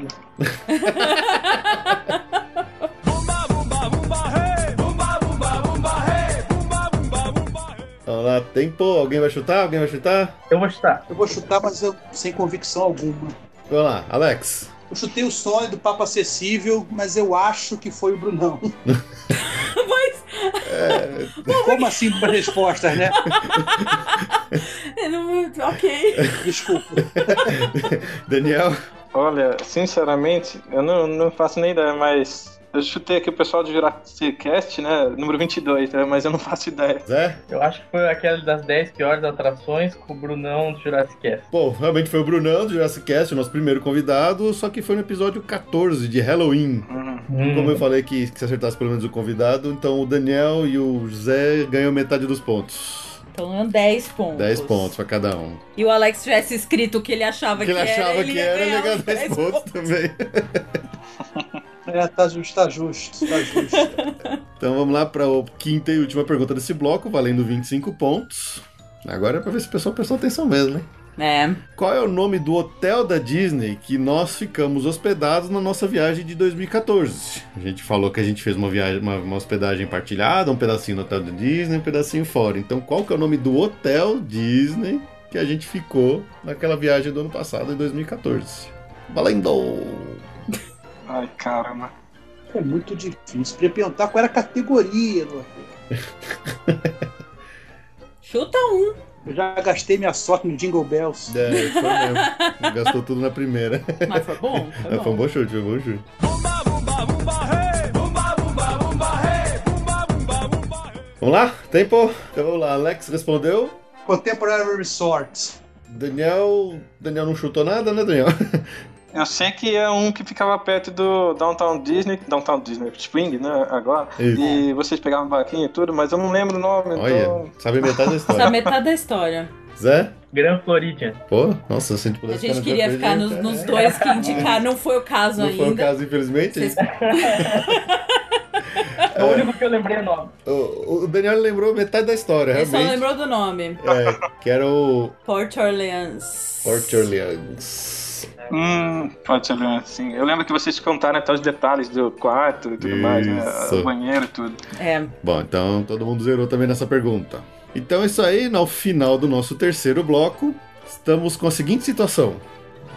Vamos lá, tempo. Alguém vai chutar? Alguém vai chutar? Eu vou chutar. Eu vou chutar, mas eu sem convicção alguma. Vamos lá, Alex. Eu chutei o Sony do Papo Acessível, mas eu acho que foi o Brunão. Como assim duas respostas, né? É, não- ok. Desculpa. Daniel. Olha, sinceramente, eu não, não faço nem ideia, mas. Eu chutei aqui o pessoal do Jurassic Cast, né? Número 22, né? mas eu não faço ideia. Zé? Eu acho que foi aquela das 10 piores atrações com o Brunão do Jurassic Cast. Bom, realmente foi o Brunão do Jurassic Cast, o nosso primeiro convidado, só que foi no episódio 14 de Halloween. Hum. Como eu falei que, que se acertasse pelo menos o convidado, então o Daniel e o Zé ganham metade dos pontos. Então eram 10 pontos. 10 pontos pra cada um. E o Alex tivesse escrito o que ele achava O que que ele era. achava que ia era, ele ganhar ganhou os 10 10 pontos também. É, tá justo, tá justo, tá justo. Então vamos lá pra o- quinta e última pergunta desse bloco, valendo 25 pontos. Agora é pra ver se o pessoal prestou atenção mesmo, hein? É. Qual é o nome do hotel da Disney que nós ficamos hospedados na nossa viagem de 2014? A gente falou que a gente fez uma viagem, uma, uma hospedagem partilhada, um pedacinho no hotel da Disney, um pedacinho fora. Então, qual que é o nome do hotel Disney que a gente ficou naquela viagem do ano passado, em 2014? Valendo! Ai, caramba. É muito difícil. Podia perguntar qual era a categoria. Lu. Chuta um. Eu já gastei minha sorte no Jingle Bells. É, foi mesmo. Gastou tudo na primeira. Mas foi bom? Foi Foi um bom. bom chute, foi um bom chute. Vamos lá? Tempo? Então vamos lá, Alex respondeu. Contemporary Resort. Daniel. Daniel não chutou nada, né, Daniel? Eu sei que é um que ficava perto do Downtown Disney, Downtown Disney Spring, né, agora. Isso. E vocês pegavam barquinho e tudo, mas eu não lembro o nome, então... Olha, sabe metade da Essa é história. metade da história. Zé? Gran Floridian. Pô, nossa, se a gente A pudesse gente na queria Jeopardy, ficar nos, cara. nos dois que indicar, não foi o caso Não foi o ainda. caso, infelizmente. Vocês- É o único que eu lembrei o nome. O, o Daniel lembrou metade da história, Ele só realmente. lembrou do nome. É, que era o Port Orleans. Port Orleans. Hum, pode ser assim. Eu lembro que vocês contaram até os detalhes do quarto e tudo mais, né? Isso. O banheiro e tudo. É. Bom, então todo mundo zerou também nessa pergunta. Então é isso aí, no final do nosso terceiro bloco, estamos com a seguinte situação.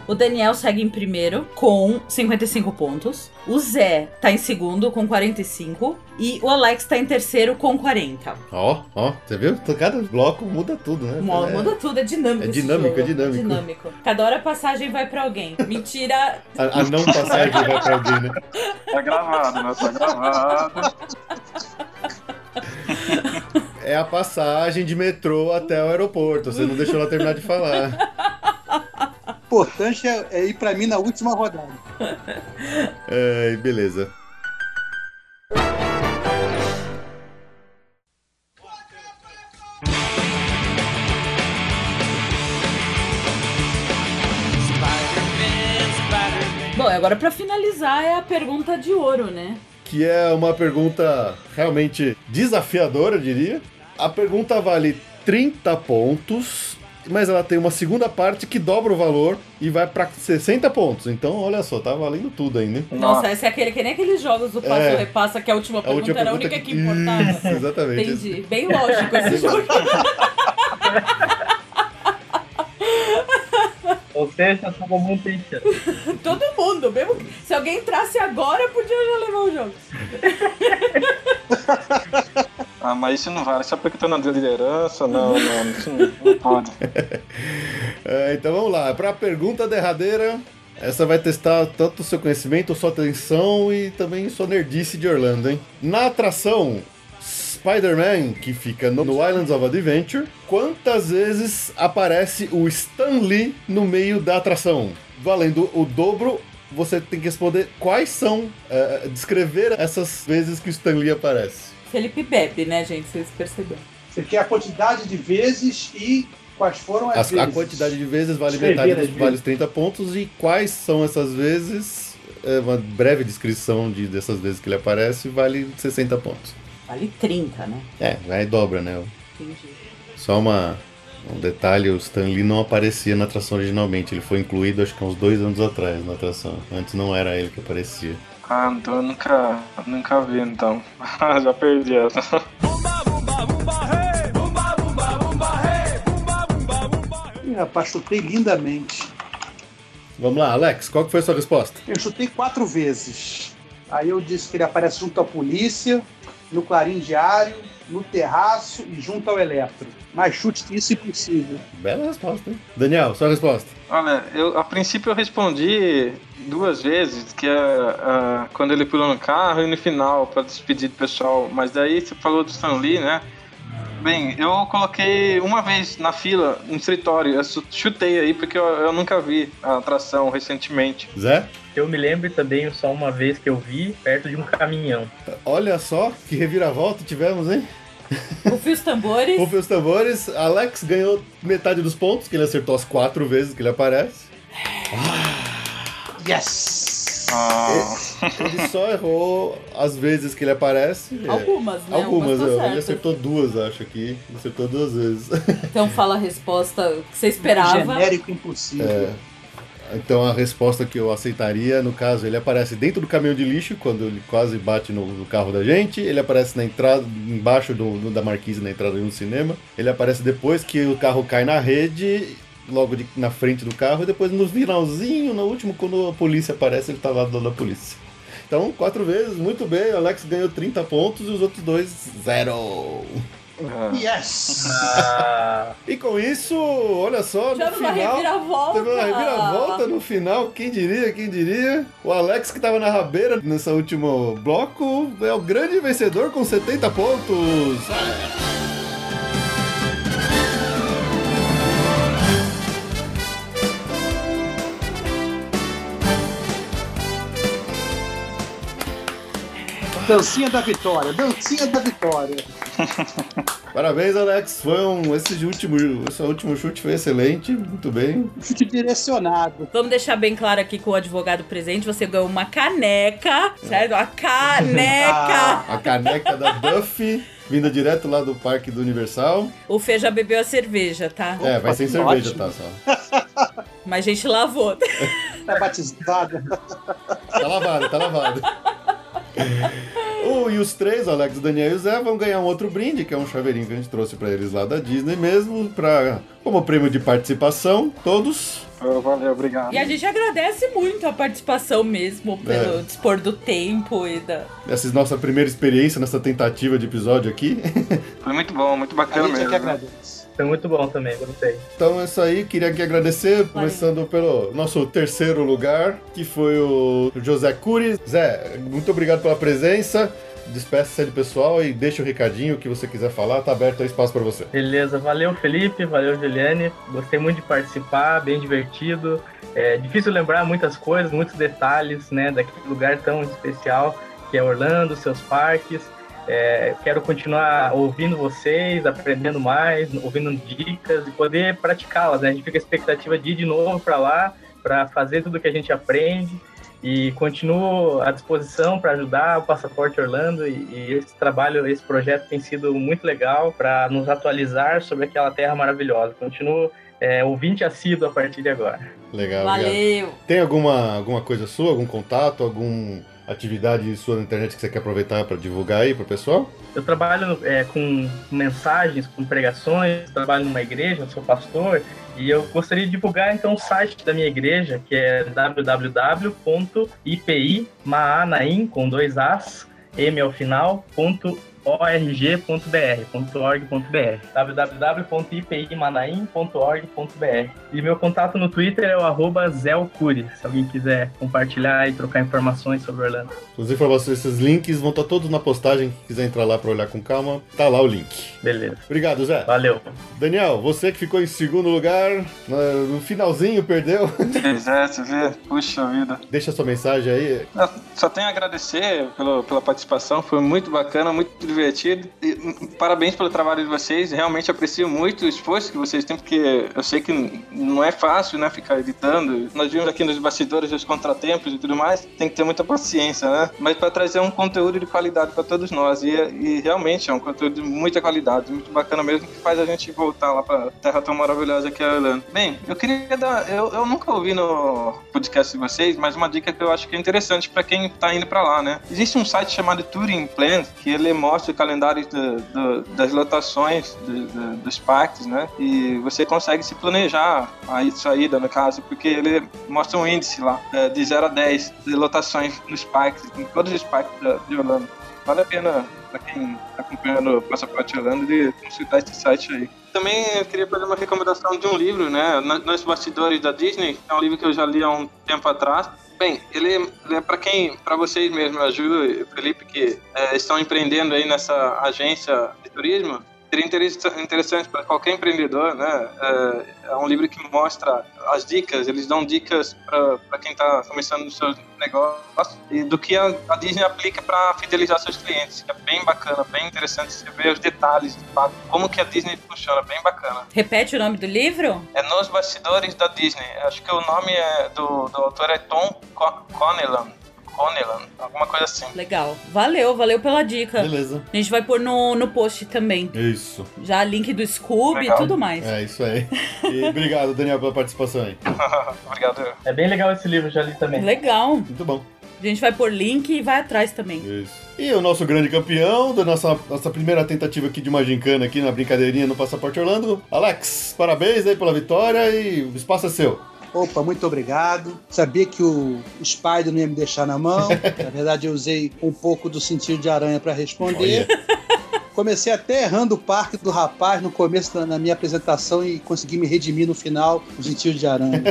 O Daniel segue em primeiro com 55 pontos. O Zé tá em segundo com 45. E o Alex tá em terceiro com 40. Ó, ó, você viu? Cada bloco muda tudo, né? Mo- É, Muda tudo, é dinâmico. É esse dinâmico, jogo. é dinâmico. Cada hora a passagem vai pra alguém. Mentira. A, a não passagem vai pra alguém, né? Tá gravado, né? Tá gravado. É a passagem de metrô até o aeroporto. Você não deixou ela terminar de falar. O importante é, é ir para mim na última rodada. Ai, É, beleza. Bom, e agora pra finalizar é a pergunta de ouro, né? Que é uma pergunta realmente desafiadora, eu diria. A pergunta vale 30 pontos, mas ela tem uma segunda parte que dobra o valor e vai pra 60 pontos. Então, olha só, tá valendo tudo ainda. hein? Nossa, esse é aquele que nem aqueles jogos do passo É. repassa que a última pergunta era a única que Isso, importava. exatamente. Entendi. Bem lógico esse jogo. Ou seja, um todo mundo tem chance. Todo mundo, mesmo que- se alguém entrasse agora, podia já levar o jogo. Ah, mas isso não vale. Só porque tá na liderança, não, não. Isso não, não pode. É, então vamos lá, para a pergunta derradeira, essa vai testar tanto o seu conhecimento, sua atenção e também sua nerdice de Orlando, hein? Na atração Spider-Man, que fica no, no Islands of Adventure, quantas vezes aparece o Stan Lee no meio da atração? Valendo o dobro, você tem que responder quais são, é, descrever essas vezes que o Stan Lee aparece. Felipe bebe, né, gente? Vocês perceberam. Você quer a quantidade de vezes e quais foram as As- vezes. a quantidade de vezes vale Escrever metade as dos vezes. vale os 30 pontos. E quais são essas vezes? É, uma breve descrição de, dessas vezes que ele aparece vale 60 pontos. Vale 30, né? É, vai e dobra, né? Entendi. Só uma, um detalhe, o Stan Lee não aparecia na atração originalmente. Ele foi incluído acho que há uns dois anos atrás na atração. Antes não era ele que aparecia. Ah, então eu nunca, nunca vi, então. Já perdi essa. Ih, Rapaz, chutei lindamente. Vamos lá, Alex, qual que foi a sua resposta? Eu chutei quatro vezes. Aí eu disse que ele aparece junto à polícia, no clarim diário, no terraço e junto ao eletro. Mas chute isso impossível. Bela resposta, hein? Daniel, sua resposta. Olha, eu, a princípio eu respondi duas vezes, que é ah, quando ele pulou no carro e no final para despedir do pessoal. Mas daí você falou do Stan Lee, né? Bem, eu coloquei uma vez na fila, no escritório, eu su- chutei aí porque eu, eu nunca vi a atração recentemente. Zé? Eu me lembro também só uma vez que eu vi perto de um caminhão. Olha só que reviravolta tivemos, hein? Ouvi os tambores. Rufem os tambores. Alex ganhou metade dos pontos, que ele acertou as quatro vezes que ele aparece. Yes! Ah, Ele só errou as vezes que ele aparece. É, Algumas, né? Algumas, tá é, certo. ele acertou duas, acho aqui. Ele acertou duas vezes. Então fala a resposta que você esperava. Genérico impossível. Então a resposta que eu aceitaria, no caso, ele aparece dentro do caminhão de lixo, quando ele quase bate no, no carro da gente, ele aparece na entrada, embaixo do- do- da marquise na entrada de um cinema, ele aparece depois que o carro cai na rede, logo de- na frente do carro, e depois no finalzinho, no último, quando a polícia aparece, ele tá lá do lado da polícia. Então, quatro vezes, muito bem, o Alex ganhou 30 pontos e os outros dois, zero. ah. Yes! Ah, E com isso, olha só, no Tivemos uma final... reviravolta. Teve uma reviravolta né? no final, quem diria, quem diria. O Alex, que tava na rabeira nesse último bloco, é o grande vencedor com 70 pontos. Dancinha da Vitória, dancinha da Vitória. Parabéns, Alex. Foi um. Esse último, esse último chute foi excelente. Muito bem. Chute direcionado. Vamos deixar bem claro aqui com o advogado presente, você ganhou uma caneca, certo? A caneca! A caneca da Buffy, vinda direto lá do Parque do Universal. O Fê já bebeu a cerveja, tá? É, vai sem que cerveja, ótimo. tá? Só. Mas a gente lavou. Tá batizada. Tá lavado, tá lavado. O- e os três, Alex, Daniel e o Zé, vão ganhar um outro brinde, que é um chaveirinho que a gente trouxe pra eles lá da Disney mesmo, pra, como prêmio de participação, todos. Ô, Valeu, obrigado. E a gente agradece muito a participação mesmo, pelo É. dispor do tempo e da. Essa é a nossa primeira experiência nessa tentativa de episódio aqui. Foi muito bom, muito A bacana gente é que mesmo. né? agradece. Foi muito bom também, gostei. Então é isso aí, queria aqui agradecer, começando pelo nosso terceiro lugar, que foi o José Cury. Zé, muito obrigado pela presença. Despeça-se do pessoal e deixa o recadinho que você quiser falar, tá aberto aí espaço pra você. Beleza, valeu Felipe, valeu Juliane. Gostei muito de participar, bem divertido. É difícil lembrar muitas coisas, muitos detalhes, né, daquele lugar tão especial que é Orlando, seus parques. É, quero continuar ouvindo vocês, aprendendo mais, ouvindo dicas e poder praticá-las. Né? A gente fica a expectativa de ir de novo para lá, para fazer tudo que a gente aprende. E continuo à disposição para ajudar o Passaporte Orlando e, e esse trabalho, esse projeto tem sido muito legal para nos atualizar sobre aquela terra maravilhosa. Continuo é, ouvinte assíduo a partir de agora. Legal, obrigado. Valeu! Tem alguma, alguma coisa sua, algum contato, alguma atividade sua na internet que você quer aproveitar para divulgar aí pro pessoal? Eu trabalho é, com mensagens, com pregações, trabalho numa igreja, sou pastor e eu gostaria de divulgar então o site da minha igreja que é www.ipimaanaim com dois as m ao final ponto org.br, .org.br, www.ipimanaim.org.br. E meu contato no Twitter é o arroba zelcuri, se alguém quiser compartilhar e trocar informações sobre Orlando. As informações, esses links vão estar todos na postagem. Quem quiser entrar lá para olhar com calma, tá lá o link. Beleza, Obrigado, Zé. valeu. Daniel, você que ficou em segundo lugar, na- no finalzinho perdeu. Pois é, você vê? Puxa vida. Deixa sua mensagem aí. Eu Só tenho a agradecer pelo, pela participação, foi muito bacana, muito divertido. E, hum, parabéns pelo trabalho de vocês, realmente aprecio muito o esforço que vocês têm, porque eu sei que n- não é fácil né, ficar editando. Nós vimos aqui nos bastidores os contratempos e tudo mais, tem que ter muita paciência, né? Mas para trazer um conteúdo de qualidade para todos nós, e, e realmente é um conteúdo de muita qualidade, muito bacana mesmo, que faz a gente voltar lá para terra tão maravilhosa que é a Irlanda. Bem, eu queria dar. Eu, eu nunca ouvi no podcast de vocês, mas uma dica que eu acho que é interessante para quem tá indo para lá, né? Existe um site chamado Touring Plan, que ele mostra o calendário do- do- das lotações do- do- dos parques, né? E você consegue se planejar a saída, no caso, porque ele mostra um índice lá, é, de 0 a 10 de lotações nos parques, em todos os parques da- de Orlando. Vale a pena para quem tá acompanhando o Passaporte Orlando de consultar esse site aí. Também eu queria fazer uma recomendação de um livro, né? No- Nos bastidores da Disney, é um livro que eu já li há um tempo atrás. Bem, ele, ele é para quem, para vocês mesmo, a Ju e o Felipe, que eh, estão empreendendo aí nessa agência de turismo. Seria interessa- interessante para qualquer empreendedor, né? Eh, É um livro que mostra as dicas, eles dão dicas para quem está começando os seus negócios e do que a, a Disney aplica para fidelizar seus clientes. É bem bacana, bem interessante você ver os detalhes, de fato, como que a Disney funciona, bem bacana. Repete o nome do livro? É Nos Bastidores da Disney. Acho que o nome é do, do autor é Tom Co- Conelan. Conelan, alguma coisa assim. Legal. Valeu, valeu pela dica. Beleza. A gente vai pôr no, no post também. Isso. Já link do Scooby e Legal. tudo mais. É isso aí. E obrigado, Daniel, pela participação aí. Obrigado. É bem legal esse livro, já li É. também. Legal. Muito bom. A gente vai pôr link e vai atrás também. Isso. E o nosso grande campeão da nossa, nossa primeira tentativa aqui de uma gincana aqui na brincadeirinha no Passaporte Orlando. Alex, parabéns aí pela vitória e o espaço é seu. Opa, muito obrigado. Sabia que o Spider não ia me deixar na mão. Na verdade, eu usei um pouco do sentido de aranha para responder. Comecei até errando o parque do rapaz no começo da, na minha apresentação e consegui me redimir no final no sentido de aranha.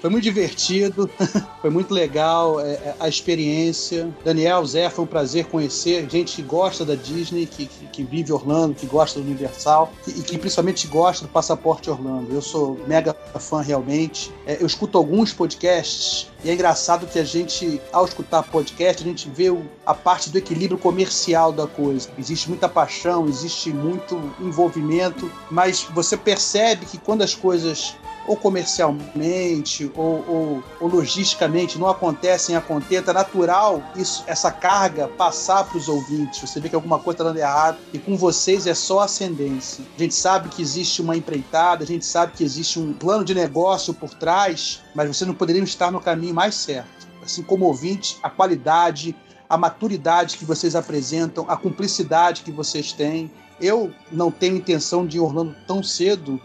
Foi muito divertido, foi muito legal é, é, a experiência. Daniel, Zé, foi um prazer conhecer gente que gosta da Disney, que, que, que vive Orlando, que gosta do Universal e, e que principalmente gosta do Passaporte Orlando. Eu sou mega fã realmente. É, eu escuto alguns podcasts E é engraçado que a gente, ao escutar podcast, a gente vê o- a parte do equilíbrio comercial da coisa. Existe muita paixão, existe muito envolvimento, mas você percebe que quando as coisas ou comercialmente ou, ou, ou logisticamente não acontecem a contenta, é natural isso, essa carga passar para os ouvintes. Você vê que alguma coisa está dando errado e com vocês é só ascendência. A gente sabe que existe uma empreitada, a gente sabe que existe um plano de negócio por trás, mas vocês não poderiam estar no caminho mais certo. Assim como ouvinte, a qualidade, a maturidade que vocês apresentam, a cumplicidade que vocês têm. Eu não tenho intenção de ir Orlando tão cedo,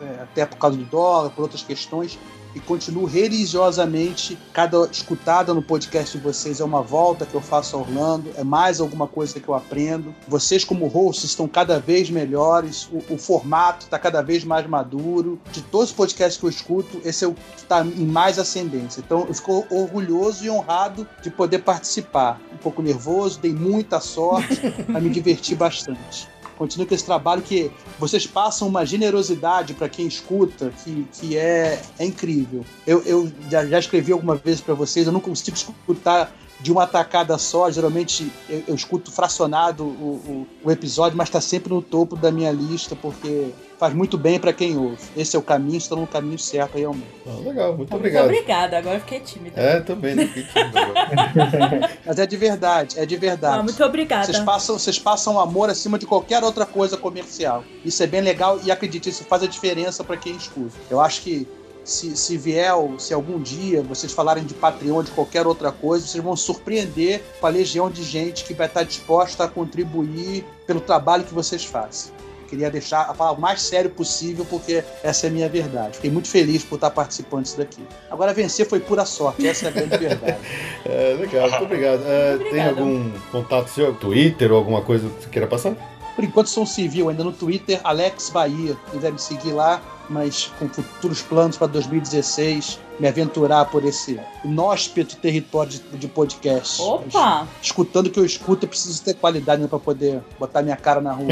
é, até por causa do dólar, por outras questões, e continuo religiosamente. Cada escutada no podcast de vocês é uma volta que eu faço a Orlando, é mais alguma coisa que eu aprendo. Vocês, como hosts, estão cada vez melhores, o, o formato está cada vez mais maduro. De todos os podcasts que eu escuto, esse é o que está em mais ascendência. Então eu fico orgulhoso e honrado de poder participar. Um pouco nervoso, dei muita sorte, mas me diverti bastante. Continue com esse trabalho que vocês passam uma generosidade para quem escuta que, que é, é incrível. Eu, eu já, já escrevi alguma vez para vocês, eu não consigo escutar de uma tacada só. Geralmente eu, eu escuto fracionado o, o, o episódio, mas está sempre no topo da minha lista, porque faz muito bem para quem ouve. Esse é o caminho, estão no caminho certo realmente. Ah, legal, muito Muito obrigado. obrigada, agora eu fiquei tímida. É, também, né? Que tímido agora. Mas é de verdade, é de verdade. Ah, muito obrigada. Vocês passam, vocês passam amor acima de qualquer outra coisa comercial. Isso é bem legal e acredite, isso faz a diferença para quem escuta. Eu acho que se, se vier, ou se algum dia vocês falarem de Patreon, de qualquer outra coisa, vocês vão surpreender com a legião de gente que vai estar disposta a contribuir pelo trabalho que vocês fazem. Queria deixar a palavra o mais sério possível, porque essa é a minha verdade. Fiquei muito feliz por estar participando disso daqui. Agora, vencer foi pura sorte, essa é a grande verdade. É, legal, muito obrigado. É, tem Obrigada. algum contato seu? Twitter ou alguma coisa que você queira passar? Por enquanto sou um civil, ainda no Twitter, Alex Bahia. Quiser me seguir lá, mas com futuros planos para 2016, me aventurar por esse inóspito território de, de podcast. Opa! Mas, escutando o que eu escuto, eu preciso ter qualidade para poder botar minha cara na rua.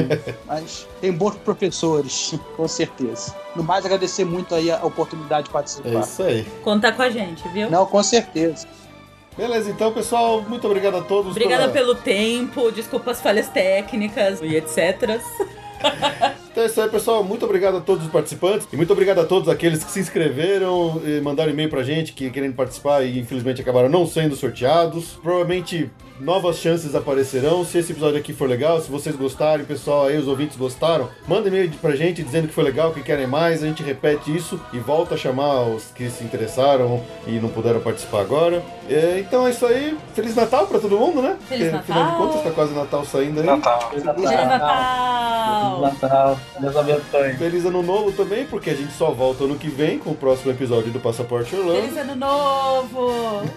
mas tem bons professores, com certeza. No mais, agradecer muito aí a oportunidade de É participar. isso aí. Conta com a gente, viu? Não, com certeza. Beleza, então, pessoal, muito obrigado a todos. Obrigada pelo pela- tempo, desculpa as falhas técnicas e etc. Então é isso aí, pessoal. Muito obrigado a todos os participantes e muito obrigado a todos aqueles que se inscreveram e mandaram e-mail pra gente que querendo participar e infelizmente acabaram não sendo sorteados. Provavelmente novas chances aparecerão. Se esse episódio aqui for legal, se vocês gostarem, pessoal, aí os ouvintes gostaram, manda e-mail pra gente dizendo que foi legal, que querem mais. A gente repete isso e volta a chamar os que se interessaram e não puderam participar agora. É, então é isso aí. Feliz Natal pra todo mundo, né? Feliz Afinal de Natal. contas, tá quase Natal saindo aí. Natal. Feliz Feliz Natal! Natal. Deus abençoe. Feliz ano novo também, porque a gente só volta ano que vem com o próximo episódio do Passaporte Orlando. Feliz Ano Novo!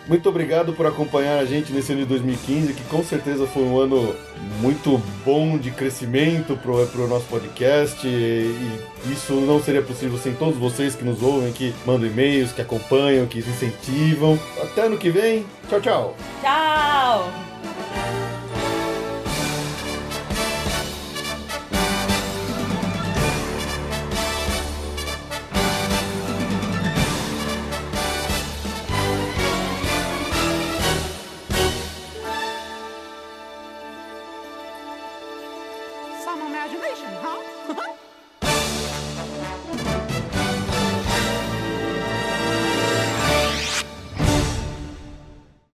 Muito obrigado por acompanhar a gente nesse ano de 2015, que com certeza foi um ano muito bom de crescimento pro, pro nosso podcast. E, e isso não seria possível sem todos vocês que nos ouvem, que mandam e-mails, que acompanham, que incentivam. Até ano que vem. Tchau, tchau. Tchau! Some imagination, huh?